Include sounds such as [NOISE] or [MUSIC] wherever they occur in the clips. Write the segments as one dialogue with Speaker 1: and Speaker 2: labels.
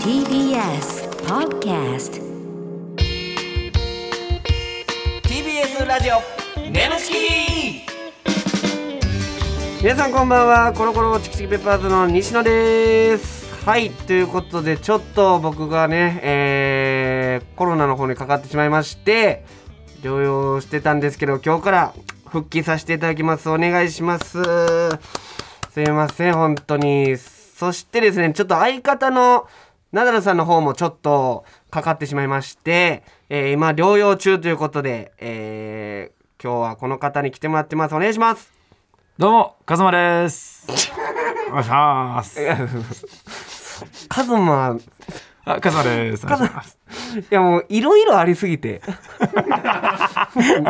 Speaker 1: TBS Podcast
Speaker 2: TBS ラジオネムチキ
Speaker 3: 皆さんこんばんはコロコロチキチキペッパーズの西野ですはいということでちょっと僕がねえー、コロナの方にかかってしまいまして療養してたんですけど今日から復帰させていただきますお願いしますすいません本当にそしてですねちょっと相方のナダルさんの方もちょっとかかってしまいまして、えー今療養中ということで、えー今日はこの方に来てもらってますお願いします
Speaker 4: どうも、かずまです。お願いします。
Speaker 3: カズマ
Speaker 4: あ、かずまです。お願いします
Speaker 3: いやもういろいろありすぎ
Speaker 4: [LAUGHS]
Speaker 3: て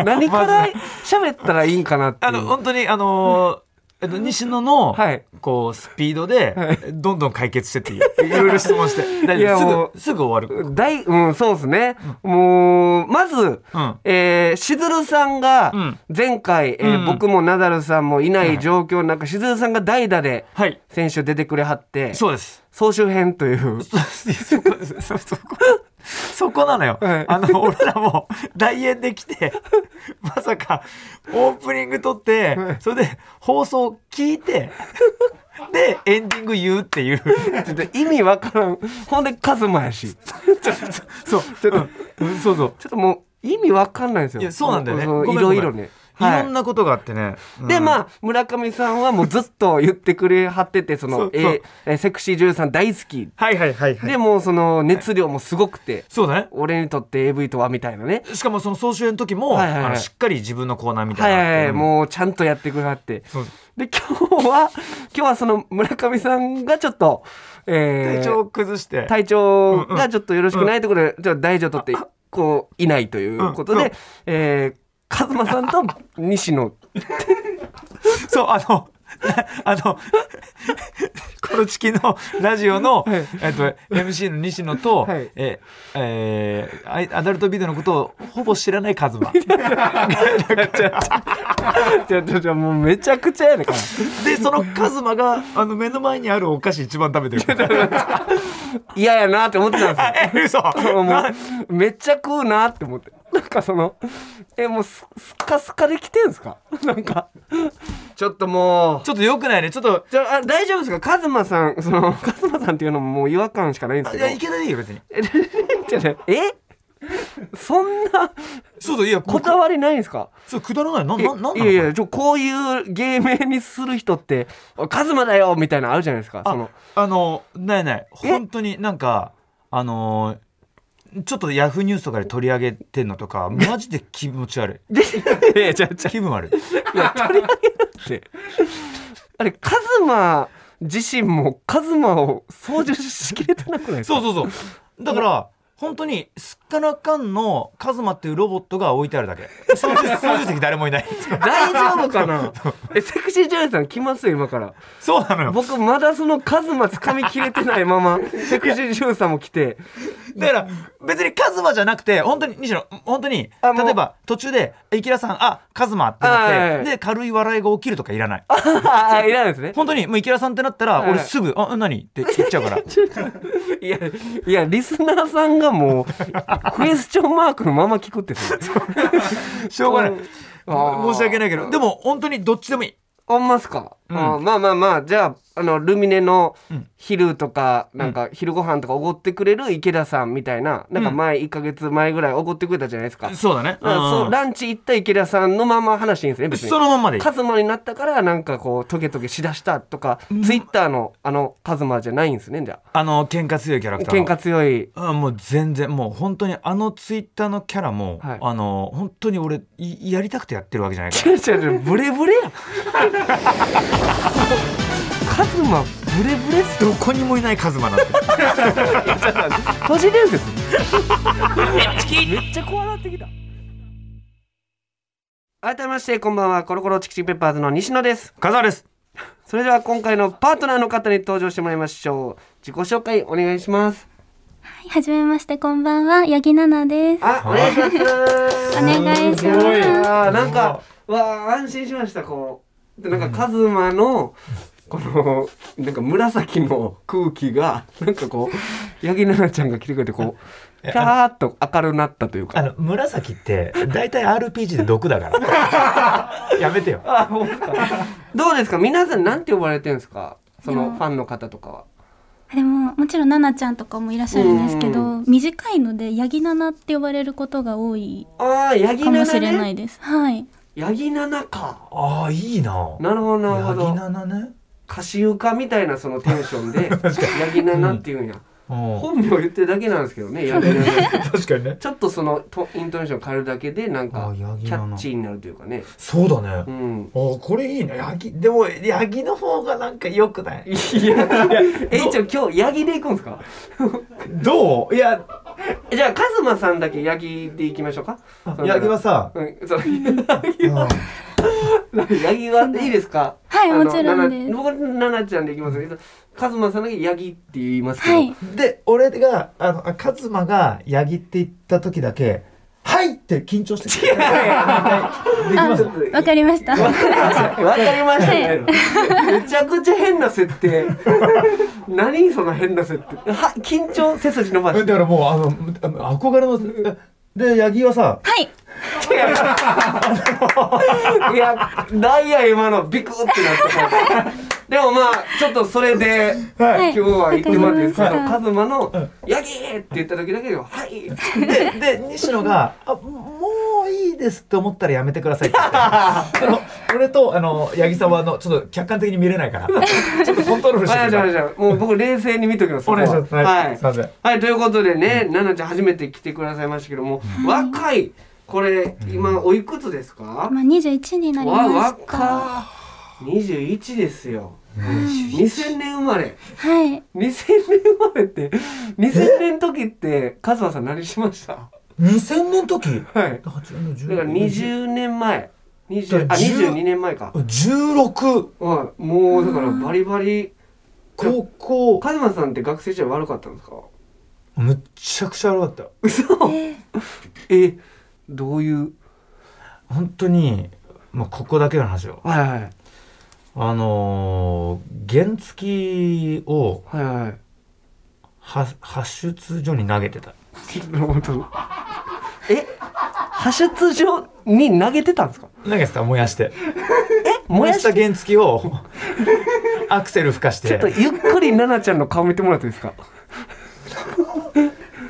Speaker 3: 何から喋ったらいいんかなってい
Speaker 4: あ
Speaker 3: う
Speaker 4: の、本当に、あのー、えっと、西野の、
Speaker 3: はい
Speaker 4: こう、スピードで、どんどん解決してっていう。いろいろ質問して。大
Speaker 3: いやも
Speaker 4: 丈夫
Speaker 3: う
Speaker 4: すぐ、すぐ終わる。
Speaker 3: 大うんそうですね、もうまず、
Speaker 4: うん
Speaker 3: えーしずるさんが
Speaker 4: うん
Speaker 3: 前回、えー
Speaker 4: うん
Speaker 3: 僕もナダルさんもいない状況の中、しずるさんが代打で
Speaker 4: はい。
Speaker 3: 選手出てくれはって
Speaker 4: そうです。
Speaker 3: 総集編という
Speaker 4: そそこですそそこそこなのよ、
Speaker 3: はい
Speaker 4: あの俺らも大演で来てまさかオープニング撮って、それで放送聞いてでエンディング言うっていう
Speaker 3: ちょっと意味わからんほんでカズマやしち
Speaker 4: [LAUGHS] そう
Speaker 3: ちょっと
Speaker 4: うんそうそう
Speaker 3: ょっともう意味わかんないんですよ
Speaker 4: いやそうなんだよね
Speaker 3: その
Speaker 4: ご
Speaker 3: い
Speaker 4: めん
Speaker 3: ろ
Speaker 4: ごめ
Speaker 3: い
Speaker 4: ん
Speaker 3: ろね
Speaker 4: い
Speaker 3: は
Speaker 4: ろんなことがあってね、
Speaker 3: でま
Speaker 4: あ
Speaker 3: あ村上さんはもうずっと言ってくれはっててその
Speaker 4: そう
Speaker 3: え
Speaker 4: そう
Speaker 3: ーえーセクシー女優さん大好き、
Speaker 4: はいはいはいはい
Speaker 3: でもうその熱量もすごくて
Speaker 4: そうだね
Speaker 3: 俺にとって AV とはみたいなね
Speaker 4: しかもその総集編の時も、
Speaker 3: はいはいはい
Speaker 4: あのしっかり自分のコーナーみた
Speaker 3: はいい
Speaker 4: なの
Speaker 3: はいは
Speaker 4: があって
Speaker 3: い、もうちゃんとやってくれはって
Speaker 4: そう
Speaker 3: で今日は今日はその村上さんがちょっと、えー
Speaker 4: 体調を崩して、
Speaker 3: 体調がちょっとよろしくないところで、ちょっと大事を取ってこういないということで、
Speaker 4: うんうん
Speaker 3: えーカズマさんと西野 [LAUGHS]
Speaker 4: そう、あの、 [LAUGHS] あの、 [LAUGHS] コロチキ [LAUGHS] のラジオの、
Speaker 3: はい
Speaker 4: えっと、MC の西野と、
Speaker 3: はい
Speaker 4: え、えーアイアダルトビデオのことをほぼ知らないカズマ。で、
Speaker 3: ちょちょちょもうめちゃくちゃやねんから。
Speaker 4: そのカズマが、あの、目の前にあるお菓子一番食べてる。
Speaker 3: 嫌やなって思ってたん
Speaker 4: [LAUGHS]
Speaker 3: ですよ
Speaker 4: え、嘘
Speaker 3: もう
Speaker 4: な
Speaker 3: めっちゃ食うなって思ってなんかそのえもうススカスカで来てんすかなんかちょっともう
Speaker 4: ちょっと良くないね。ちょっと、
Speaker 3: じゃあ大丈夫ですかカズマさんそのカズマさんっていうのももう違和感しかないんですけ
Speaker 4: い
Speaker 3: ど
Speaker 4: や、いけないよ、別に。
Speaker 3: ちょちょえそんな
Speaker 4: そうだ、いや、こ
Speaker 3: こだわりないんですか
Speaker 4: そう、くだらない。な、
Speaker 3: え
Speaker 4: な、なん
Speaker 3: い
Speaker 4: な
Speaker 3: やい
Speaker 4: の
Speaker 3: やちょこういう芸名にする人って「カズマだよ!」みたいなのあるじゃないですかその
Speaker 4: あの、ないない。本当になんか、あのーちょっとヤフーニュースとかで取り上げてんのとか、マジで気持ち悪い。
Speaker 3: でいやいやちょちょ
Speaker 4: 気分悪い。
Speaker 3: いや取り上げるってあれカズマ自身もカズマを操縦しきれてなくないですか
Speaker 4: そうそうそう。だから、本当に、すっからかんのカズマっていうロボットが置いてあるだけ。操縦操縦席誰もいない。
Speaker 3: 大丈夫か
Speaker 4: [LAUGHS]
Speaker 3: なえセクシー女優さん来ますよ今から
Speaker 4: そうなのよ。
Speaker 3: 僕まだそのカズマ掴みきれてないままセクシー女優さんも来
Speaker 4: [LAUGHS]
Speaker 3: て
Speaker 4: だから、別にカズマじゃなくて、本当に、西野、本当に、
Speaker 3: あもう
Speaker 4: 例えば途中で、イキラさん、あ、カズマってなっ
Speaker 3: はいはいは
Speaker 4: て、
Speaker 3: い
Speaker 4: で、軽い笑いが起きるとかいらない。
Speaker 3: ああいらないですね
Speaker 4: 本当に、もうイキラさんってなった
Speaker 3: はい
Speaker 4: ら、俺すぐ、あ、何って言っちゃ
Speaker 3: [LAUGHS]
Speaker 4: うから。
Speaker 3: いやいやリスナーさんがもうクエスチョンマークのまま聞くってそれ
Speaker 4: しょうがない。
Speaker 3: あー
Speaker 4: 申し訳ないけど、でも本当にどっちでもいい。
Speaker 3: あんますか、
Speaker 4: うん
Speaker 3: あーまあまあまあじゃああのルミネの
Speaker 4: うん
Speaker 3: 昼とか、なんか昼ご飯とかおごってくれる池田さんみたいななんか前1か月前ぐらいおごってくれたじゃないですか,、
Speaker 4: そうだね。
Speaker 3: そうランチ行った池田さんのまま話いいんですね別に
Speaker 4: そのまんまでいい
Speaker 3: カ。ズマになったからなんかこうトゲトゲしだしたとか、ツイッターのあのカズマじゃないんですねじゃ
Speaker 4: あの、喧嘩強いキャラ
Speaker 3: あ
Speaker 4: クター
Speaker 3: 喧
Speaker 4: の。
Speaker 3: 嘩強い
Speaker 4: あもう全然もう本当にあのツイッターのキャラも、
Speaker 3: はい
Speaker 4: あの本当に俺いやりたくてやってるわけじゃないか
Speaker 3: 違う違う違うブレブレやんカズマブレブレっす
Speaker 4: らどこにもいないカズマなんて [LAUGHS]
Speaker 3: 都市伝説
Speaker 2: ーネムチキ
Speaker 3: めっちゃ怖なってきた改めましてこんばんはコロコロチキチキペッパーズの西野です
Speaker 4: カズマです
Speaker 3: それでは今回のパートナーの方に登場してもらいましょう自己紹介お願いします
Speaker 5: はいはじめましてこんばんは八木奈々です
Speaker 3: あお願いします
Speaker 5: お願いします
Speaker 3: あーなんかわあ安心しましたこうでなんかカズマのこのなんか紫の空気がなんかこう八木奈々ちゃんが来てくれてこうキャーっと明るなったという
Speaker 4: あ
Speaker 3: か
Speaker 4: の紫って大体 RPG で毒だから [LAUGHS] やめてよ
Speaker 3: あほんまかどうですか皆さんなんて呼ばれてるんですかそのファンの方とかは
Speaker 5: でももちろんナナちゃんとかもいらっしゃるんですけ
Speaker 3: う
Speaker 5: ど短いので「ヤギナナ」って呼ばれることが多い
Speaker 3: ああ八木
Speaker 5: かもし
Speaker 3: 奈
Speaker 5: れ
Speaker 3: 々
Speaker 5: な
Speaker 3: ね
Speaker 5: いです、はい
Speaker 3: 八木奈々か
Speaker 4: ああいいな
Speaker 3: なるほどなるほ
Speaker 4: ヤギ
Speaker 3: ど
Speaker 4: ナナね
Speaker 3: 歌詞床みたいなそのテンションで八木奈々っていうんや、
Speaker 4: うん
Speaker 3: 本名言ってるだけなんですけどね八木奈々って
Speaker 4: 確かにね
Speaker 3: ちょっとそのとイントネーション変えるだけでなんか
Speaker 4: あ
Speaker 3: キ
Speaker 4: 八木
Speaker 3: ャッ
Speaker 4: 奈々
Speaker 3: チーになるというかね
Speaker 4: そうだね
Speaker 3: うん
Speaker 4: あーこれいいねヤギでもヤギの方がなんか良くない
Speaker 3: いや、えいちゃん今日ヤギで行くんですか。
Speaker 4: どういや
Speaker 3: じゃあカズマさんだけヤギで行きましょうか。
Speaker 4: ヤギはさ
Speaker 3: うん、そう [LAUGHS] ヤギはいいですか。
Speaker 5: はい
Speaker 3: あの
Speaker 5: もちろんです
Speaker 3: なな僕ナナちゃんで行きますけど、カズマさんだけヤギって言いますけど。
Speaker 5: はい
Speaker 4: で俺があのあカズマがヤギって言った時だけ「はい!」って緊張してる
Speaker 3: でき
Speaker 5: あ
Speaker 3: ます
Speaker 5: わかりました
Speaker 3: わかりました。わかりましたね。めちゃくちゃ変な設定。何その変な設定。は緊張背筋伸ば
Speaker 4: だ
Speaker 3: して。
Speaker 4: からもうあのあの憧れのでヤギはさ
Speaker 5: はい
Speaker 3: いや [LAUGHS] いや、なんや今のビクってなった。でもまあ、ちょっとそれで、
Speaker 4: はい
Speaker 3: 今日は言ってもらっていいですか、
Speaker 5: わかりました
Speaker 3: カズマの、ヤギーって言った時だけで、はい。
Speaker 4: でで西野があ「もういいです」って思ったらやめてくださ
Speaker 3: [LAUGHS]
Speaker 4: いって言ってあの俺とあの八木さんはあのちょっと客観的に見れないからちょっとコントロールして
Speaker 3: あ
Speaker 4: く
Speaker 3: じゃあ
Speaker 4: だ
Speaker 3: じ
Speaker 4: さ
Speaker 3: ゃ
Speaker 4: い
Speaker 3: あもう僕冷静に見ときます。
Speaker 4: お願いします
Speaker 3: そこは
Speaker 4: はい
Speaker 3: はい。
Speaker 4: すいません
Speaker 3: はい、ということでね、奈々ちゃん初めて来てくださいましたけども、若い、これ、今、おいくつですか
Speaker 5: まあ21になり
Speaker 3: わ、
Speaker 5: ました
Speaker 3: 若21ですよ。2000年生まれ。
Speaker 5: はい
Speaker 3: 2000年生まれって2000年時ってカズマさん何しました
Speaker 4: 2000年時
Speaker 3: はいだか
Speaker 4: 8の10
Speaker 3: ら20年前20あ
Speaker 4: だから10
Speaker 3: 22年前か
Speaker 4: 16
Speaker 3: はいもうだからバリバリ
Speaker 4: 高校
Speaker 3: カズマさんって学生時代悪かったんですか
Speaker 4: むっちゃくちゃ悪かった
Speaker 3: 嘘 [LAUGHS] えどういう
Speaker 4: 本当にまあここだけの話よ
Speaker 3: はいはい
Speaker 4: あのー原付を
Speaker 3: はいはい [LAUGHS]
Speaker 4: は発出所に投げてた
Speaker 3: なるほどえ発出所に投げてたんですか
Speaker 4: 投げてた燃やして
Speaker 3: 燃
Speaker 4: 燃
Speaker 3: や
Speaker 4: や
Speaker 3: し
Speaker 4: した原付をアクセル吹かし
Speaker 3: ちょ
Speaker 4: て
Speaker 3: っとゆっくり奈々ちゃんの顔見てもらっていいですか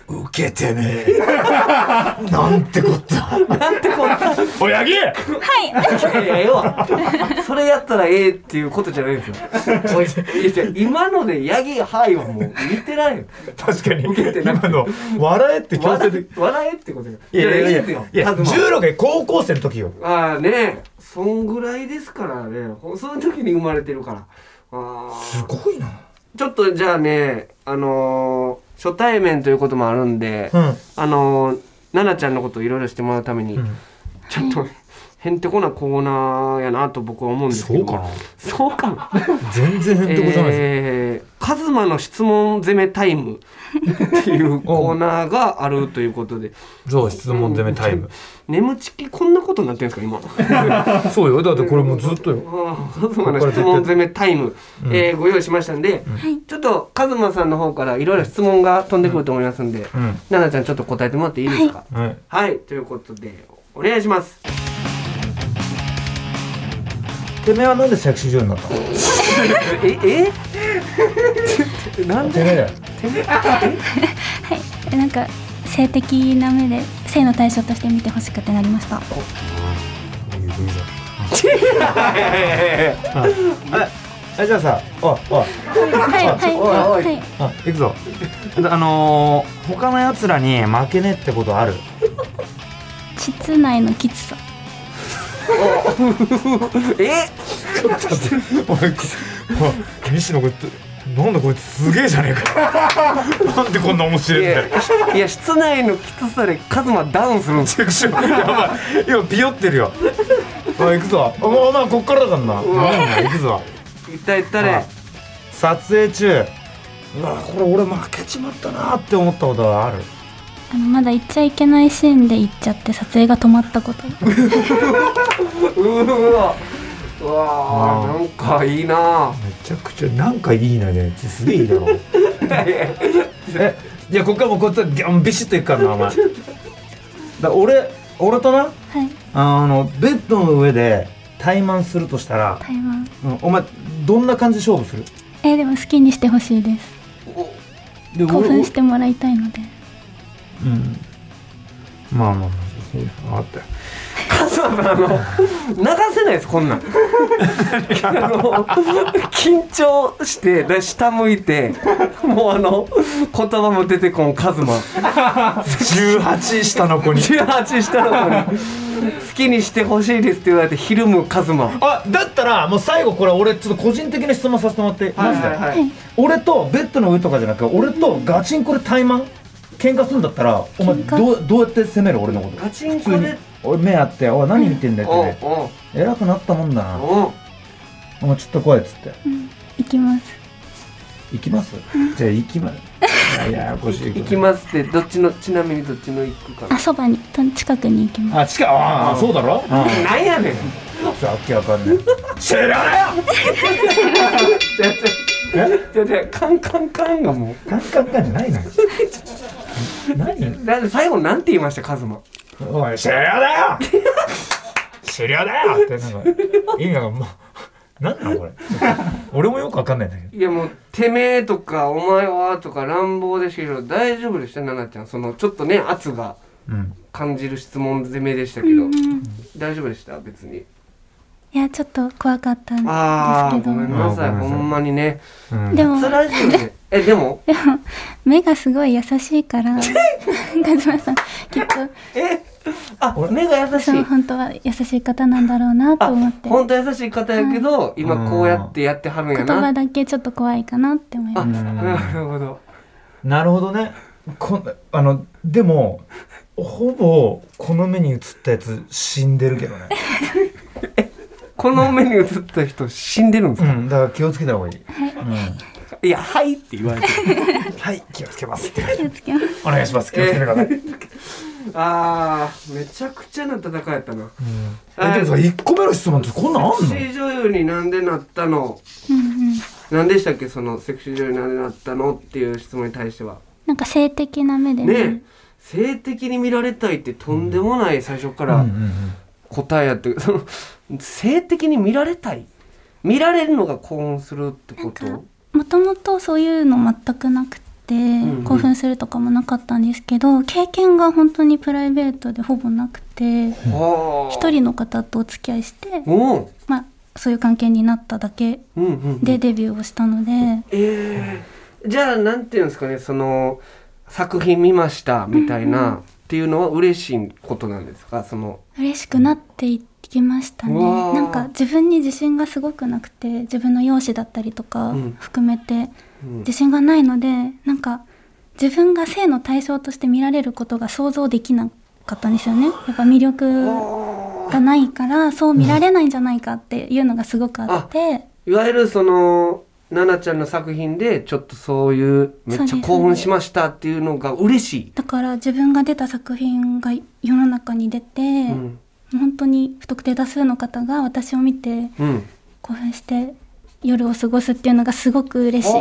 Speaker 4: 受けてねえなんてこった
Speaker 3: なんてこった
Speaker 4: おやぎ
Speaker 3: いやいやええわそれやったらええっていうことじゃないですよおいいやじゃあ今のでヤギハイはもう見てられん
Speaker 4: 確かに
Speaker 3: 受けてなくて
Speaker 4: 今の笑えって強制
Speaker 3: 笑
Speaker 4: 的
Speaker 3: 笑えってことよ
Speaker 4: いやいやいや
Speaker 3: で
Speaker 4: い
Speaker 3: すよ
Speaker 4: やいや
Speaker 3: カズマ
Speaker 4: 16で高校生の時よ
Speaker 3: ああねそんぐらいですからねほその時に生まれてるからあ
Speaker 4: す
Speaker 3: あ
Speaker 4: ごいな
Speaker 3: ちょっとじゃあねあのー初対面ということもあるんで、
Speaker 4: うん
Speaker 3: あのー奈々ちゃんのことをいろいろしてもらうために、
Speaker 4: ん
Speaker 3: ちょっとへんてこなコーナーやなと僕は思うんですけ
Speaker 4: そ
Speaker 3: ど
Speaker 4: うかな
Speaker 3: そうかな
Speaker 4: 全然変ってことじゃないで
Speaker 3: えーカズマの質問攻めタイム [LAUGHS] っていうコーナーがあるということで、
Speaker 4: すじゃあ質問攻めタイム
Speaker 3: 眠ちきこんなことになってるんですか今。
Speaker 4: そうよだってこれもうずっとよ
Speaker 3: あーカズマの質問攻めタイム、えーご用意しましたんで、ちょっとカズマさんの方からいろいろ質問が飛んでくると思いますんで、
Speaker 4: うんうん
Speaker 3: 奈々ちゃんちょっと答えてもらっていいですか。
Speaker 4: はい
Speaker 3: はい、ということでお願いします。
Speaker 4: てめえはなんでセクシー女優になったの
Speaker 3: ええ？なん
Speaker 4: て
Speaker 3: で？
Speaker 4: めえだよ
Speaker 5: えなんか性的な目で性の対象として見てほしくてなりました
Speaker 3: [LAUGHS]
Speaker 4: あじゃあさおいおい
Speaker 5: はいはい
Speaker 3: おいおい
Speaker 5: はい
Speaker 4: あ行くぞあのー、他のやつらに負けねえってことある
Speaker 5: 膣内のきつさ
Speaker 3: え？
Speaker 4: 俺こおい西野こいつなんだこいつすげえじゃねえか [LAUGHS] なんでこんな面白
Speaker 3: い
Speaker 4: いんだ
Speaker 3: や
Speaker 4: よ
Speaker 3: いや室内のきつさでカズマダウンするんですよ。
Speaker 4: セクシーやばい今ビヨってるよおい行くぞおもうなこっからだからななんだ行くぞ
Speaker 3: 一体誰
Speaker 4: あ？撮影中うわこれ俺負けちまったなって思ったことはある
Speaker 5: あのまだ行っちゃいけないシーンで行っちゃって撮影が止まったこと
Speaker 3: うーわうわあなんかいいな
Speaker 4: めちゃくちゃなんかいいなねすげえいいだ [LAUGHS] ろえじゃあここからもうこうやってギャンビシッといくからなお前だ俺俺とな
Speaker 5: はい
Speaker 4: あのベッドの上で怠慢するとしたら、
Speaker 5: 台湾
Speaker 4: うんお前どんな感じで勝負する
Speaker 5: えーでも好きにしてほしいです
Speaker 4: で
Speaker 5: 興
Speaker 4: 俺
Speaker 5: 奮してもらいたいので
Speaker 4: うんまあまあまあそういうのあったよ
Speaker 3: あの流せないですこんなんあの緊張してで下向いてもうあの言葉も出てこんカズマ [LAUGHS]
Speaker 4: 18下の子 [LAUGHS] に
Speaker 3: 18したのに好きにしてほしいですって言われてひるむカズマ
Speaker 4: あだったらもう最後これ俺ちょっと個人的な質問させてもらって、マジで、
Speaker 3: は
Speaker 5: はい
Speaker 4: 俺とベッドの上とかじゃなく俺とガチンコで怠慢喧嘩するんだったらお前
Speaker 5: 喧嘩
Speaker 4: どうどうやって攻める俺のこと
Speaker 3: ガチン
Speaker 4: 普
Speaker 3: コ
Speaker 4: 通に
Speaker 3: で
Speaker 4: 俺目あって「おい何見てんだよ」
Speaker 3: お
Speaker 4: って、ね、
Speaker 3: う
Speaker 4: 偉くなったもんだ
Speaker 3: お
Speaker 4: な
Speaker 3: うおう
Speaker 4: お前ちょっと来いっつって
Speaker 5: 行きます
Speaker 4: 「行きます?」じゃあ行きますいやややこしい
Speaker 3: 行きますってどっちのちなみにどっちの行くか
Speaker 5: あそばにと近くに行きます
Speaker 4: あ近いああそうだろうん
Speaker 3: ななんやねん
Speaker 4: さっきわかんない知らね
Speaker 3: じゃじゃカンカンカンがも
Speaker 4: えカンカンカンじゃないの何
Speaker 3: うだって最後なんて言いましたカズマ
Speaker 4: おい終了だよ [LAUGHS] 終了だよってなんか意味がもうなんなのこれ俺もよくわかんないんだけど
Speaker 3: いやもう「てめえ」とか「お前は」とか乱暴でしたけど大丈夫でした奈々ちゃんそのちょっとね圧が
Speaker 4: うん
Speaker 3: 感じる質問攻めでしたけど、大丈夫でした別に
Speaker 5: いやちょっと怖かったん
Speaker 3: ああ
Speaker 5: ですけ
Speaker 3: ごめん
Speaker 5: ど
Speaker 3: なさい
Speaker 4: あーご
Speaker 3: ほ
Speaker 4: めんなさい
Speaker 3: んまにね
Speaker 5: でも
Speaker 3: つラジオでえでも
Speaker 5: 目がすごい優しいからガ [LAUGHS] ズマさんきっと
Speaker 3: えあ目が優し
Speaker 5: 私も
Speaker 3: い
Speaker 5: 本当は優しい方なんだろうなと
Speaker 3: あ
Speaker 5: 思って
Speaker 3: 本当優しい方やけど、今こうやってやってはるんや
Speaker 5: 言
Speaker 3: な
Speaker 5: 葉だけちょっと怖いかなって思い
Speaker 3: あ
Speaker 5: ます
Speaker 3: なるほど
Speaker 4: なるほどねこんあのでもほぼこの目に映ったやつ死んでるけどね
Speaker 3: この目に映った人死んでるんです
Speaker 4: う
Speaker 3: か、
Speaker 4: んだから気をつけた方がいい、うん、
Speaker 3: いや「はい」って言われて
Speaker 4: はい気をつけ [LAUGHS] ます
Speaker 5: 気をつけます
Speaker 4: お願いします気をつけてください、
Speaker 3: [LAUGHS] あーめちゃくちゃな戦いやったな
Speaker 4: えでもさ1個目の質問ってこんなんあんの
Speaker 3: セクシー女優になんでなったの
Speaker 5: うんうん
Speaker 3: なんでしたっけそのセクシー女優になんでなったのっていう質問に対しては
Speaker 5: なんか性的な目で
Speaker 3: ね
Speaker 5: ね
Speaker 3: え性的に見られたいってとんでもない最初から
Speaker 4: うんうん
Speaker 3: 答えやって [LAUGHS] その性的に見られたい見られるのが興奮するってこと
Speaker 5: なんかもともとそういうの全くなくて、
Speaker 3: うん
Speaker 5: 興奮するとかもなかったんですけど経験が本当にプライベートでほぼなくて
Speaker 3: はあ
Speaker 5: 一人の方とお付き合いして、
Speaker 3: おう
Speaker 5: まあ、そういう関係になっただけ
Speaker 3: うんうんうん
Speaker 5: でデビューをしたので、
Speaker 3: えー、じゃあなんていうんですかねその作品見ましたみたいな、っていうのは嬉しいことなんですかその
Speaker 5: 嬉しくなっていきました
Speaker 3: うわ
Speaker 5: ね
Speaker 3: ー
Speaker 5: なんか自分に自信がすごくなくて自分の容姿だったりとか
Speaker 3: うん
Speaker 5: 含めて
Speaker 3: うん
Speaker 5: 自信がないので、なんか自分が性の対象として見られることが想像できなかったんですよねやっぱ魅力がないからそう見られないんじゃないかっていうのがすごくあって、
Speaker 3: いわゆるその奈々ちゃんの作品でちょっとそういうめっちゃ興奮しましたっていうのが嬉しい。
Speaker 5: だから自分が出た作品が世の中に出て、
Speaker 3: うん
Speaker 5: 本当に不特定多数の方が私を見て
Speaker 3: うん、
Speaker 5: 興奮して夜を過ごすっていうのがすごく嬉しい。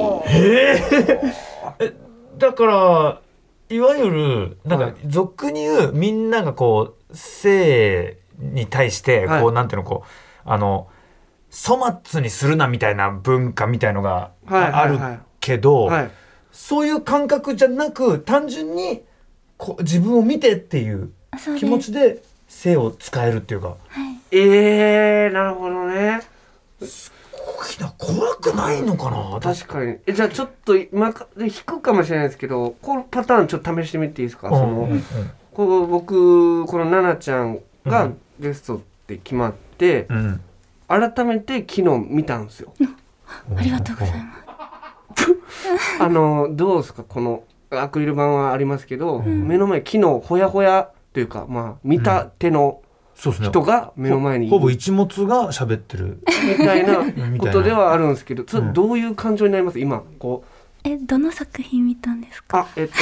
Speaker 4: だからいわゆるなんか俗に言うみんながこう性に対してこう、
Speaker 3: はい
Speaker 4: なんていうのこうあの粗末にするなみたいな文化みたいのが
Speaker 3: はい
Speaker 4: あ
Speaker 3: はい
Speaker 4: る
Speaker 3: はい
Speaker 4: けど、
Speaker 3: はい、
Speaker 4: そういう感覚じゃなく単純にこう自分を見てっていう
Speaker 5: あそうです
Speaker 4: 気持ちで性を使えるっていうか
Speaker 3: えー、なるほどね
Speaker 4: 怖くないのかな私
Speaker 3: 確かにえじゃあちょっと今かで引くかもしれないですけどこのパターンちょっと試してみていいですか、
Speaker 4: う
Speaker 3: そ
Speaker 4: んうんう
Speaker 3: の
Speaker 4: ん
Speaker 3: こう僕この奈々ちゃん
Speaker 4: う
Speaker 3: が
Speaker 4: ん
Speaker 3: ゲストって決まって、
Speaker 4: うん
Speaker 3: 改めて昨日見たんですよ。
Speaker 5: ありがとうございます。
Speaker 3: あのどうですかこのアクリル板はありますけど、目の前昨日ほやほやというかまあ見た手の
Speaker 4: そうですね
Speaker 3: 人が目の前にい
Speaker 4: ほ
Speaker 3: る
Speaker 4: ぼ一物が喋ってる
Speaker 3: みたいな
Speaker 4: な
Speaker 3: ことではあるんですけど、それ
Speaker 4: うん
Speaker 3: どういう感情になります今こう
Speaker 5: え、どの作品見たんですか。
Speaker 3: あえっと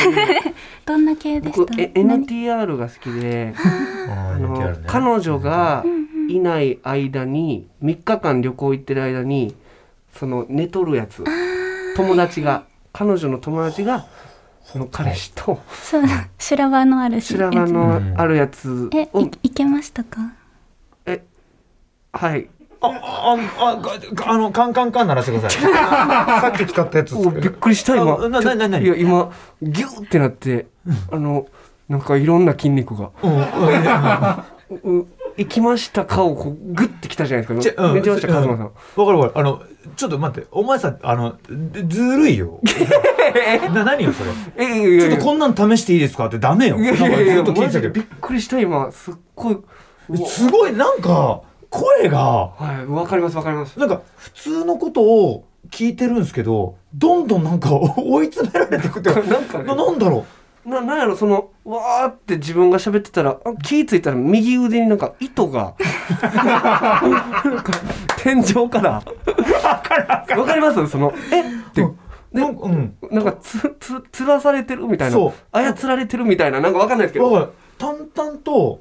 Speaker 5: どんな系でし
Speaker 3: 僕
Speaker 5: た。
Speaker 3: え
Speaker 5: 何
Speaker 3: NTR が好きで、
Speaker 4: あ
Speaker 3: あ
Speaker 4: ー NTR
Speaker 3: の
Speaker 4: ね
Speaker 3: 彼女が
Speaker 5: うん
Speaker 3: いない間に3日間旅行行ってる間にその寝とるやつ友達が彼女の友達がその彼氏と
Speaker 5: そう [LAUGHS] だ修羅場の
Speaker 3: [LAUGHS]
Speaker 5: あるし
Speaker 3: 白髪
Speaker 5: や
Speaker 3: のあるやつ
Speaker 5: つえ
Speaker 3: を
Speaker 5: いいけましたか
Speaker 3: はい
Speaker 4: あ、あ、あが、あの、カンカンカン鳴らしてく
Speaker 3: [LAUGHS]
Speaker 4: ださい。さっき使ったやつです
Speaker 3: おびっくりした今
Speaker 4: あなななない
Speaker 3: や今ギューってなってあのなんかいろんな筋肉が
Speaker 4: うんう
Speaker 3: 「う
Speaker 4: ん
Speaker 3: う行きましたか」をこうグッてきたじゃないです
Speaker 4: ち
Speaker 3: か
Speaker 4: ょ
Speaker 3: 寝てました
Speaker 4: うん
Speaker 3: カズマさん
Speaker 4: わかるわかる。あの、ちょっと待って、お前さ、あの、ずずる
Speaker 3: [LAUGHS]
Speaker 4: いよ。な、何よ、それ。
Speaker 3: えいやいやいや
Speaker 4: ちょっとこんなの試していいですかってダメよ。
Speaker 3: い
Speaker 4: な
Speaker 3: や
Speaker 4: ん
Speaker 3: い
Speaker 4: か
Speaker 3: やい
Speaker 4: ず
Speaker 3: や
Speaker 4: っと聞
Speaker 3: マ
Speaker 4: いてた
Speaker 3: ジで
Speaker 4: け
Speaker 3: びっくりした今すっごいう
Speaker 4: ど。
Speaker 3: わ
Speaker 4: すごい、なんか、声が、
Speaker 3: はいわかりますわかり
Speaker 4: [LAUGHS]
Speaker 3: ます
Speaker 4: なんか、普通のことを聞いてるんですけど、どんどんなんか追い詰められてくっていうか、
Speaker 3: なんかね
Speaker 4: ななんだろ
Speaker 3: ななんやろそのわーって自分が喋ってたらあ気ぃついたら右腕になんか糸
Speaker 4: [LAUGHS]
Speaker 3: がなんか天井からわかりますそのえって
Speaker 4: う。なんかうん。
Speaker 3: なんかつつつらされてるみたいな
Speaker 4: そう
Speaker 3: 操られてるみたいななんかわかんないですけ
Speaker 4: だ
Speaker 3: ど
Speaker 4: から淡々と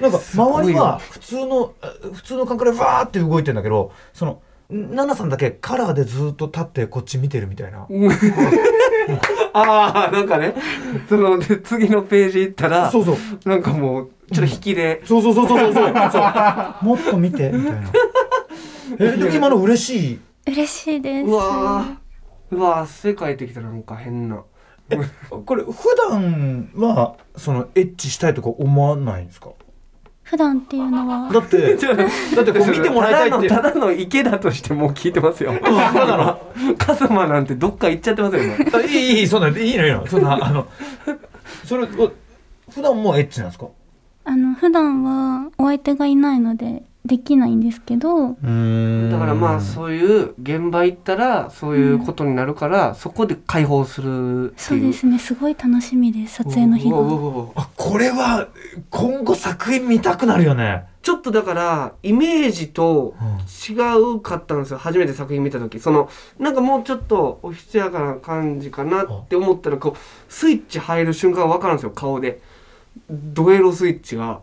Speaker 4: なんか周りは普通のあ普通の感覚でわーって動いてんだけどそのナナさんだけカラーでずーっと立ってこっち見てるみたいな
Speaker 3: ああなんかねそので次のページ行ったら
Speaker 4: そうそう
Speaker 3: なんかもうちょっと引きで、
Speaker 4: そうそうそう [LAUGHS] そうそうそうもっと見てみた [LAUGHS] いなえで今の嬉しい
Speaker 5: 嬉しいで
Speaker 3: う
Speaker 5: す
Speaker 3: わーうわー汗かいてきたなんか変な。
Speaker 4: これ普段はそのエッチしたいとか思わないんですか
Speaker 5: 普段っていうのは
Speaker 4: だ [LAUGHS] って
Speaker 3: ちょっと
Speaker 4: だってこう見てもらいたいって
Speaker 3: ただのただの池だとしてもう聞いてますよ。
Speaker 4: ただの
Speaker 3: カズマなんてどっか行っちゃってますよ。今
Speaker 4: あいいいいそんないいのいいのそんなあのそれお普段もエッチなんですか
Speaker 5: あの普段はお相手がいないのでできないんですけど
Speaker 4: だ
Speaker 3: だからまあそういう現場行ったらそういうことになるから、そこで解放するって
Speaker 5: そう
Speaker 3: いう。
Speaker 5: ですねすごい楽しみです撮影の日
Speaker 3: うわうわ
Speaker 5: が
Speaker 3: うわうわ
Speaker 4: あこれは今後作品見たくなるよね
Speaker 3: ちょっとだからイメージと違うかったんですよ初めて作品見た時そのなんかもうちょっとおひつやかな感じかなって思ったらこうスイッチ入る瞬間が分かるんですよ顔でドエロスイッチが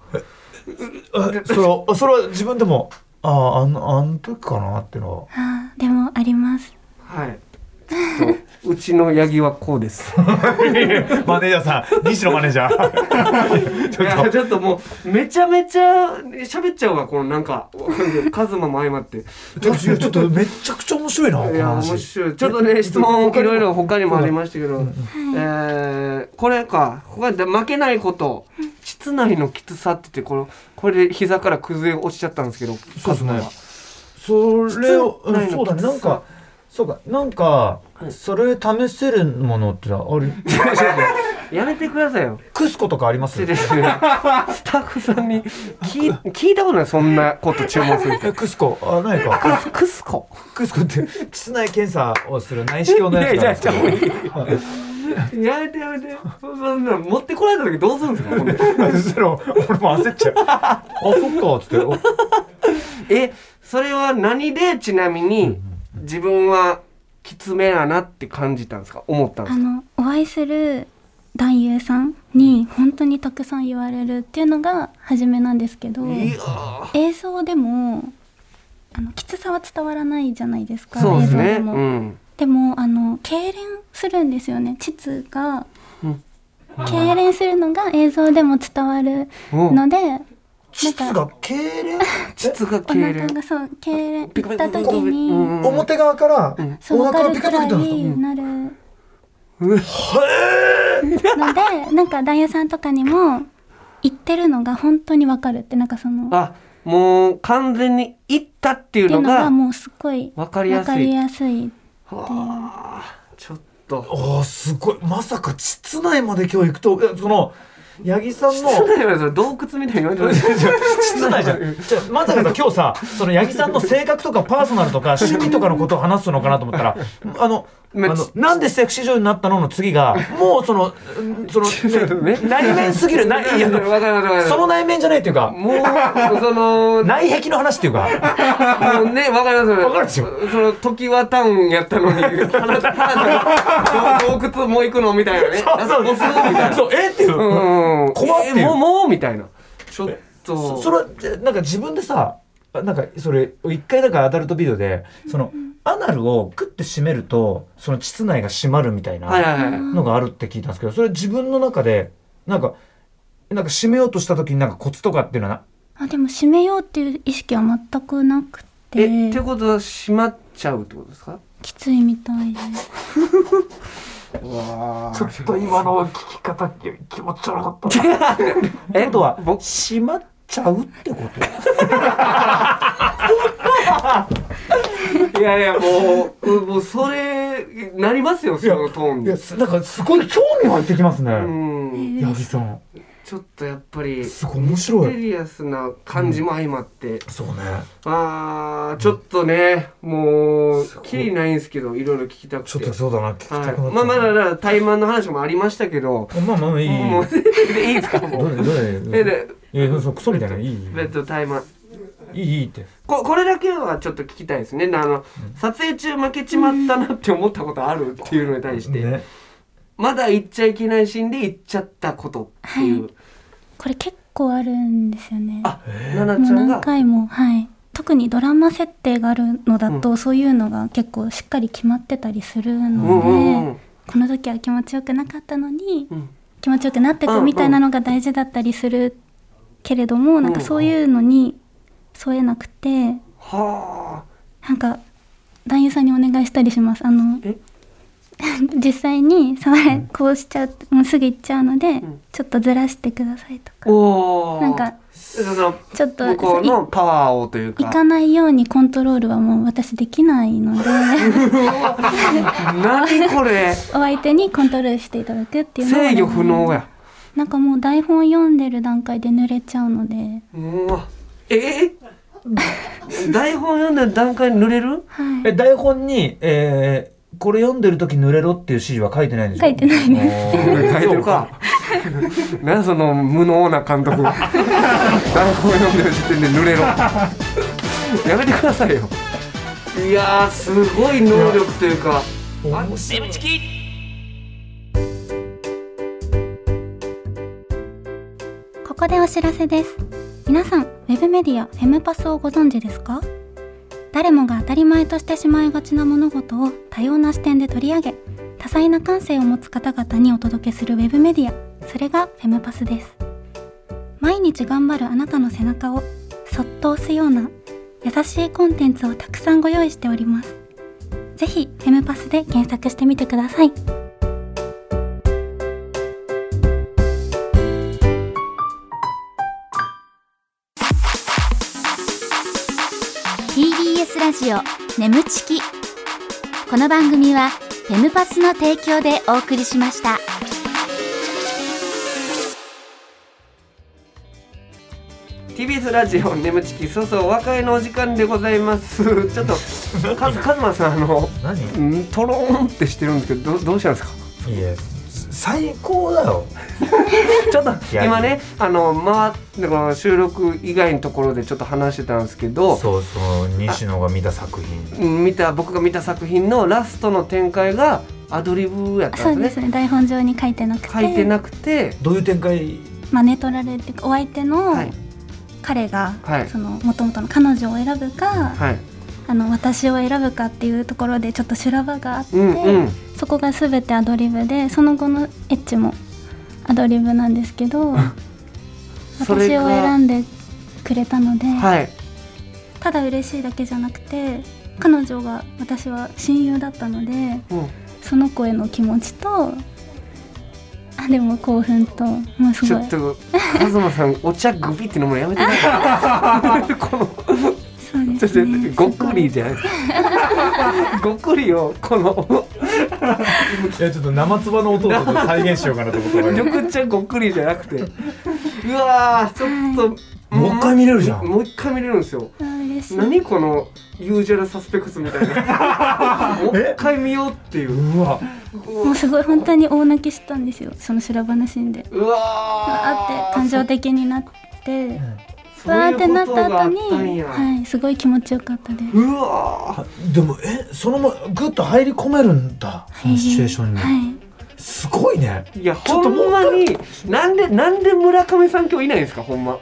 Speaker 4: あそれはあそれは自分でもあああのあの時かなっていうのは [LAUGHS]
Speaker 5: あーでもあります
Speaker 3: はいちょっとうちのヤギはこうです
Speaker 4: マネージャーさん西野マネージャー
Speaker 3: [LAUGHS] いやちょっともうめちゃめちゃ喋っちゃうわこのなんかカズマも相まって
Speaker 4: ちょっとめちゃくちゃ面白いなこ
Speaker 3: い
Speaker 4: の
Speaker 3: や
Speaker 4: 話
Speaker 3: 面白いちょっとね質問いろいろ他にもありましたけど、えーこれか他で負けないこと室内のきつさって言ってこれこれで膝から崩れ落ちちゃったんですけど [LAUGHS]
Speaker 4: そうですね
Speaker 3: カズマは
Speaker 4: それを
Speaker 3: 普通
Speaker 4: うんそうだねなんかそうかなんかそれ試せるものってあれ
Speaker 3: やめてくださいよ
Speaker 4: クスコとかありま
Speaker 3: 失
Speaker 4: す
Speaker 3: 礼しますスタッフさんに聞い聞いたことないそんなこと注文 [LAUGHS] する人
Speaker 4: えクスコあないか
Speaker 3: クスクスコ
Speaker 4: クスコって室内検査をする内視鏡のやつなんですけ
Speaker 3: い
Speaker 4: ど
Speaker 3: やいややめてやめてそそんな持ってこられた時どうするんですかほんで
Speaker 4: そしたら俺も焦っちゃう。あ、そっかっつって。お
Speaker 3: えそれは何でちなみに自分はきつめやなって感じたんですか思ったんで
Speaker 5: あ
Speaker 3: すか
Speaker 5: のお会いする男優さんに本当にたくさん言われるっていうのが初めなんですけど
Speaker 3: いやー
Speaker 5: 映像でもあのきつさは伝わらないじゃないですか
Speaker 3: そうです
Speaker 5: 映像
Speaker 3: ね
Speaker 5: で
Speaker 3: う
Speaker 5: も、
Speaker 3: ん
Speaker 5: でもあの痙攣するんですよね膣が
Speaker 3: うん
Speaker 5: 痙攣するのが映像でも伝わる
Speaker 3: うん
Speaker 5: ので、なん
Speaker 4: 膣
Speaker 5: か
Speaker 4: が痙攣。
Speaker 3: 膣が
Speaker 5: お
Speaker 3: 痙
Speaker 5: 腹が
Speaker 3: 攣
Speaker 5: そう痙攣
Speaker 3: ピ
Speaker 5: 行
Speaker 3: ク
Speaker 5: っ
Speaker 3: ピク
Speaker 5: た
Speaker 3: ピク
Speaker 5: 時に、
Speaker 3: うん
Speaker 4: 表側から
Speaker 5: そう
Speaker 4: お
Speaker 5: わか
Speaker 4: 腹が
Speaker 5: るく
Speaker 4: ピカピカ
Speaker 5: ら
Speaker 4: ってなるんで
Speaker 5: いなるの
Speaker 3: うん
Speaker 5: でなんか男優さんとかにも言ってるのが本当にわかるってなんかそのっ
Speaker 3: あもう完全にいったって
Speaker 5: て
Speaker 3: いう
Speaker 5: いう
Speaker 3: の
Speaker 5: のが
Speaker 3: が
Speaker 5: もうすごい
Speaker 3: わかりやすい
Speaker 5: わかりやすい
Speaker 3: はあちょっと
Speaker 4: すか。あ、すごい。まさか膣内まで今日行くと、えその八木さんの。
Speaker 3: 室内はそれ洞窟みたいに言われてます
Speaker 4: 室内じゃん。じゃあまさかさ今日さ、その八木さんの性格とかパーソナルと [LAUGHS] か趣味とかのことを話すのかなと思ったら、あの。あ
Speaker 3: まあ
Speaker 4: のなんでセクシー女優になったのの次がもうそのうんその、 [LAUGHS] ね、内面すぎるないや
Speaker 3: わかるわかるわかる
Speaker 4: その内面じゃないっていうか
Speaker 3: もうそ
Speaker 4: [LAUGHS]
Speaker 3: の
Speaker 4: 内壁の話っていうか
Speaker 3: もうね、わかります。
Speaker 4: わかるでしょ
Speaker 3: その、時はタウンやったのに、花田花田の洞窟もう行くのみたいなね。
Speaker 4: そうそう
Speaker 3: ラスボスみたいな。
Speaker 4: そうえっていう、
Speaker 3: うん。
Speaker 4: 怖っていう
Speaker 3: えもう、もうみたいな。ちょ、と
Speaker 4: そそれはでなんか自分でさあなんかそれ一回だからアダルトビデオでそのアナルをクッて閉めるとその膣内が閉まるみたい
Speaker 3: はいは
Speaker 4: ない
Speaker 3: はい
Speaker 4: のがあるって聞いたんですけどそれ自分の中でなんかなんか閉めようとした時になんかコツとかっていうのは
Speaker 5: あでも閉めようっていう意識は全くなくて
Speaker 3: えってことは閉まっちゃうってことですか
Speaker 5: きついみたいで
Speaker 4: ちょっと今の聞き方気持ち悪かったな。えっとは
Speaker 3: 僕
Speaker 4: 閉まっちゃうってこと
Speaker 3: いやいやもううもうそれなりますよそのトーン
Speaker 4: いや
Speaker 3: です
Speaker 4: なんかすごい興味湧いてきますね。
Speaker 3: うん
Speaker 4: 八木さん
Speaker 3: ちょっとやっぱり
Speaker 4: すごい面
Speaker 3: ミ
Speaker 4: 白
Speaker 3: ステ
Speaker 4: い。
Speaker 3: リアスな感じも相まって、
Speaker 4: そうね。
Speaker 3: あーちょっとねもうきりないんですけどいろいろ聞きたく
Speaker 4: ちょってとそうだな聞きたくな
Speaker 3: は
Speaker 4: っ
Speaker 3: い
Speaker 4: たな。
Speaker 3: まあまあだから怠慢の話もありましたけど
Speaker 4: まあまあいい。
Speaker 3: もうでいいですか
Speaker 4: ど
Speaker 3: もう
Speaker 4: れどれど
Speaker 3: え
Speaker 4: れ。
Speaker 3: で
Speaker 4: いやそうクソみたいないいいい
Speaker 3: えっと怠慢
Speaker 4: いいいって。
Speaker 3: ここれだけはちょっと聞きたいですねあの撮影中負けちまったなって思ったことあるっていうのに対して、
Speaker 4: ね。
Speaker 3: まだ言っちゃいけないシーンで言っちゃったことっていう、
Speaker 5: これ結構あるんですよね
Speaker 3: あ奈々
Speaker 5: も
Speaker 3: ち
Speaker 5: う
Speaker 3: ゃん
Speaker 5: 何
Speaker 3: が
Speaker 5: 回もはい特にドラマ設定があるのだと、そういうのが結構しっかり決まってたりするので、
Speaker 3: うんうんうん
Speaker 5: この時は気持ちよくなかったのに、
Speaker 3: うん
Speaker 5: 気持ちよくなって
Speaker 3: うんう
Speaker 5: く
Speaker 3: ん
Speaker 5: みたいなのが大事だったりするけれども、なんかそういうのに添えなくて、
Speaker 3: は
Speaker 5: なんか男優さんにお願いしたりしますあの
Speaker 3: え
Speaker 5: [LAUGHS] 実際に触れこうしちゃうもうすぐ行っちゃうので、ちょっとずらしてくださいと
Speaker 3: あ
Speaker 5: か
Speaker 3: おー
Speaker 5: なんか
Speaker 3: その
Speaker 5: ちょっと
Speaker 3: 向こう
Speaker 5: そう
Speaker 3: のパワーをという
Speaker 5: い
Speaker 3: か
Speaker 5: 行かないようにコントロールはもう私できないの
Speaker 3: [LAUGHS]
Speaker 5: で
Speaker 3: 何これ
Speaker 5: お相手にコントロールしていただくっていうのは
Speaker 3: [LAUGHS] 制御不能や
Speaker 5: なんかもう台本読んでる段階で濡れちゃうので
Speaker 3: うわえー台本読んでる段階に濡れる
Speaker 5: はい
Speaker 4: え台本に、えー、これ読んでる時濡れろっていう指示は書いてないんでしょ
Speaker 5: 書いてない
Speaker 4: ね。おー
Speaker 3: [LAUGHS] 書いてるか。なんやその無能な監 [LAUGHS] 督。台本読んでる時点で濡れろ。やめてくださいよ。いやーすごい能力というか。
Speaker 2: ネムチキ
Speaker 5: ここでお知らせです皆さんウェブメディアフェムパスをご存知ですか誰もが当たり前としてしまいがちな物事を多様な視点で取り上げ多彩な感性を持つ方々にお届けするウェブメディアそれがフェムパスです毎日頑張るあなたの背中をそっと押すような優しいコンテンツをたくさんご用意しておりますぜひフェムパスで検索してみてください
Speaker 3: TBS ラジオ眠ちきそうそうお別れのお時間でございます。ちょっとカズカズマさんあの
Speaker 4: 何
Speaker 3: んトローンってしてるんですけどどうどうしたんですか。
Speaker 4: いや最高だよ。
Speaker 3: ちょっと
Speaker 4: や
Speaker 3: 今ねあの回ってこの収録以外のところでちょっと話してたんですけど。
Speaker 4: そうそう西野が見た作品。
Speaker 3: うん見た僕が見た作品のラストの展開がアドリブやっ
Speaker 5: そ
Speaker 3: た
Speaker 5: うん
Speaker 3: で
Speaker 5: ですす
Speaker 3: ね
Speaker 5: ね台本上に書いてなくて
Speaker 3: 書いてなくて
Speaker 4: どういう展開？
Speaker 5: 真似取られてお相手の、
Speaker 3: はい
Speaker 5: 彼が、
Speaker 3: はい
Speaker 5: その元々の彼女を選ぶか、
Speaker 3: はい
Speaker 5: あの私を選ぶかっていうところでちょっと修羅場があって、
Speaker 3: うんうん
Speaker 5: そこが全てアドリブでその後のエッチもアドリブなんですけど
Speaker 3: [LAUGHS] それ
Speaker 5: 私
Speaker 3: が
Speaker 5: を選んでくれたので、
Speaker 3: はい
Speaker 5: ただ嬉しいだけじゃなくて彼女が私は親友だったので
Speaker 3: うん
Speaker 5: その子への気持ちとあでも興奮ともうす
Speaker 3: ちょ
Speaker 5: ごい
Speaker 3: っとカズマさんお茶グビって飲むのやめてくだ
Speaker 5: [LAUGHS]
Speaker 3: さいこの
Speaker 5: そうで
Speaker 3: ちょ
Speaker 5: す
Speaker 3: っと
Speaker 5: ね
Speaker 3: ごっくりじゃないですかごっくりをこの
Speaker 4: いやちょっと生唾の音を再現しようかなと思った
Speaker 3: 緑茶ごっくりじゃなくてうわーちょっと
Speaker 4: もう一回見れるじゃん
Speaker 3: もう一回見れるんですよ
Speaker 5: あ嬉しい
Speaker 3: 何このユージュアルサスペクツみたいな [LAUGHS] もう一回見ようっていう
Speaker 4: うわ。
Speaker 5: もうすごい本当に大泣きしたんですよその修羅場のシーンで
Speaker 3: うわ
Speaker 5: あ
Speaker 3: ー
Speaker 5: って感情的になって
Speaker 3: そう
Speaker 5: わー
Speaker 3: いう
Speaker 5: ってなっ
Speaker 3: こ
Speaker 5: た
Speaker 3: とがあ
Speaker 5: 後
Speaker 3: っ
Speaker 5: に
Speaker 3: たんや
Speaker 5: はいすごい気持ちよかったです
Speaker 3: うわ
Speaker 4: でもえそのままグッと入り込めるんだそのシチュエーションに。
Speaker 5: はい
Speaker 4: すごいね
Speaker 3: いや
Speaker 4: ちょ
Speaker 3: ほ
Speaker 4: っともうん
Speaker 3: まになんでなんで村上さん今日いないんですかほんまほ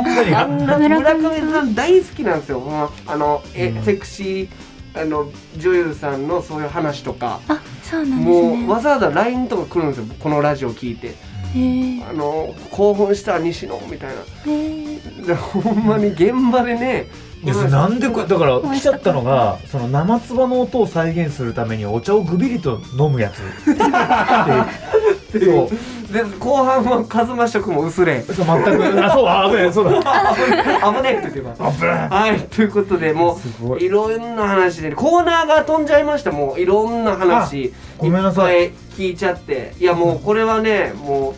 Speaker 3: んまにあんな
Speaker 5: 村上さ
Speaker 3: 村
Speaker 5: ん
Speaker 3: 上さん大好きなんですよほんまあのえ、
Speaker 4: うん
Speaker 3: セクシーあの女優さんのそういう話とか
Speaker 5: あそうなんです
Speaker 3: もう
Speaker 5: ね
Speaker 3: わざわざ LINE とか来るんですよこのラジオ聞いて
Speaker 5: へー
Speaker 3: あの興奮した西野みたいな
Speaker 5: へー
Speaker 3: でほんまに現場でね
Speaker 4: いやそれなんでこれだから
Speaker 5: お会いし
Speaker 4: 来ち
Speaker 5: た
Speaker 4: ゃったのがその生つばの音を再現するためにお茶をぐびりと飲むやつっていうそう
Speaker 3: で後半はカズマ色も薄
Speaker 4: [LAUGHS]
Speaker 3: れ
Speaker 4: そう全くあそうあ危ないそうだ
Speaker 3: 危ねえって言ってます
Speaker 4: 危ない
Speaker 3: はい、ということで、も
Speaker 4: すご
Speaker 3: う、
Speaker 4: い
Speaker 3: いろんな話で、コーナーが飛んじゃいました、もう、いろんな話、いっ
Speaker 4: ごめんなさ
Speaker 3: ぱ
Speaker 4: い
Speaker 3: い聞いちゃって、いや、もう、これはね、も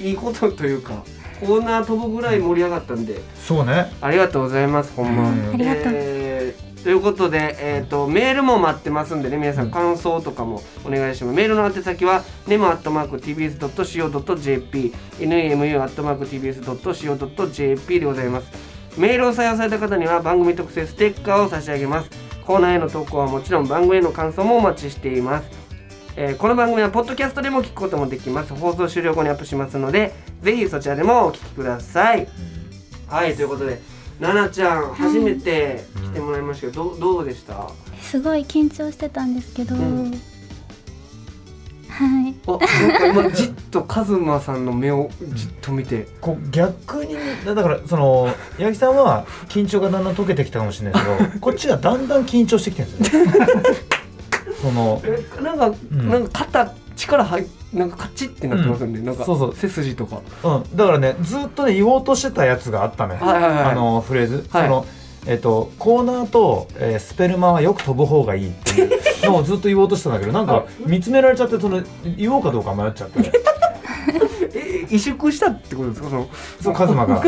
Speaker 3: う、いいことというか、コーナー飛ぶぐらい盛り上がったんで、
Speaker 4: そうね
Speaker 3: ありがとうございます、ほんま。
Speaker 4: うん
Speaker 5: ありがとう
Speaker 3: えーということで、えー、とメールも待ってますんでね皆さん感想とかもお願いしますメールの宛先は nemu.tbs.co.jp nemu.tbs.co.jp でございますメールを採用された方には番組特製ステッカーを差し上げますコーナーへの投稿はもちろん番組への感想もお待ちしていますえーこの番組はポッドキャストでも聞くこともできます放送終了後にアップしますのでぜひそちらでもお聞きください、はいということで奈々ちゃん初めて来てもらいましたけど、どうどうでした
Speaker 5: すごい緊張してたんですけど、
Speaker 3: ん
Speaker 5: はい
Speaker 3: あなんか今 [LAUGHS] じっとカズマさんの目をじっと見て
Speaker 4: こう逆にだからその八木さんは緊張がだんだん解けてきたかもしれないけ
Speaker 3: [LAUGHS]
Speaker 4: どこっちがだんだん緊張してきてるんですよねその
Speaker 3: えなんか、
Speaker 4: ん
Speaker 3: なんか肩力入っなんかカチッってなってますよね、なんか
Speaker 4: そうそう
Speaker 3: 背筋とか
Speaker 4: うん、だからねずっとね言おうとしてたやつがあったね、
Speaker 3: はいはいはい
Speaker 4: あのフレーズ、
Speaker 3: はい
Speaker 4: そのえっとコーナーと、えースペルマはよく飛ぶ方がいいっていう
Speaker 3: [LAUGHS]
Speaker 4: のをずっと言おうとしてたんだけどなんか見つめられちゃってその言おうかどうか迷っちゃって
Speaker 3: え萎縮したってことです [LAUGHS] かその
Speaker 4: そうカズマが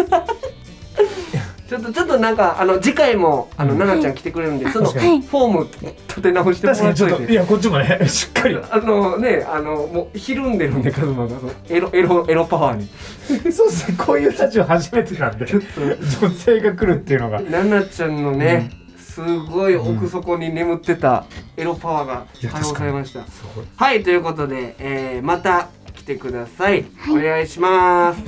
Speaker 3: ちょっとちょっとなんかあの次回もあの
Speaker 4: うん
Speaker 3: 奈々ちゃん来てくれるんで、そのフ
Speaker 4: 確
Speaker 5: かに
Speaker 3: ォーム立て直しても
Speaker 4: 確から
Speaker 3: っ
Speaker 4: にち
Speaker 3: と
Speaker 4: ょ
Speaker 3: い
Speaker 4: っとい
Speaker 3: て。
Speaker 4: やこっちもねしっかり
Speaker 3: あのね、あのもうひるんでるんでカズマがそのエロエロエロパワーに。
Speaker 4: そうですねこういうラジオ初めてなんで
Speaker 3: ちょっ
Speaker 4: 女性が来るっていうのが
Speaker 3: と奈々ちゃんのね、すごい奥底に眠ってたエロパワーが
Speaker 4: い
Speaker 3: 解
Speaker 4: や
Speaker 3: 放
Speaker 4: 確
Speaker 3: さ
Speaker 4: か
Speaker 3: れ
Speaker 4: に
Speaker 3: ました。
Speaker 4: すごい
Speaker 3: はいということで、えーまた来てください。お願いします。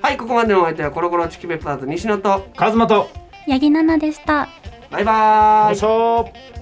Speaker 3: はいここまでのお相手はコロコロチキペッパーズ西野と
Speaker 4: カズマと
Speaker 5: 八木奈々でした
Speaker 3: バイバーイ
Speaker 4: よいし。ょ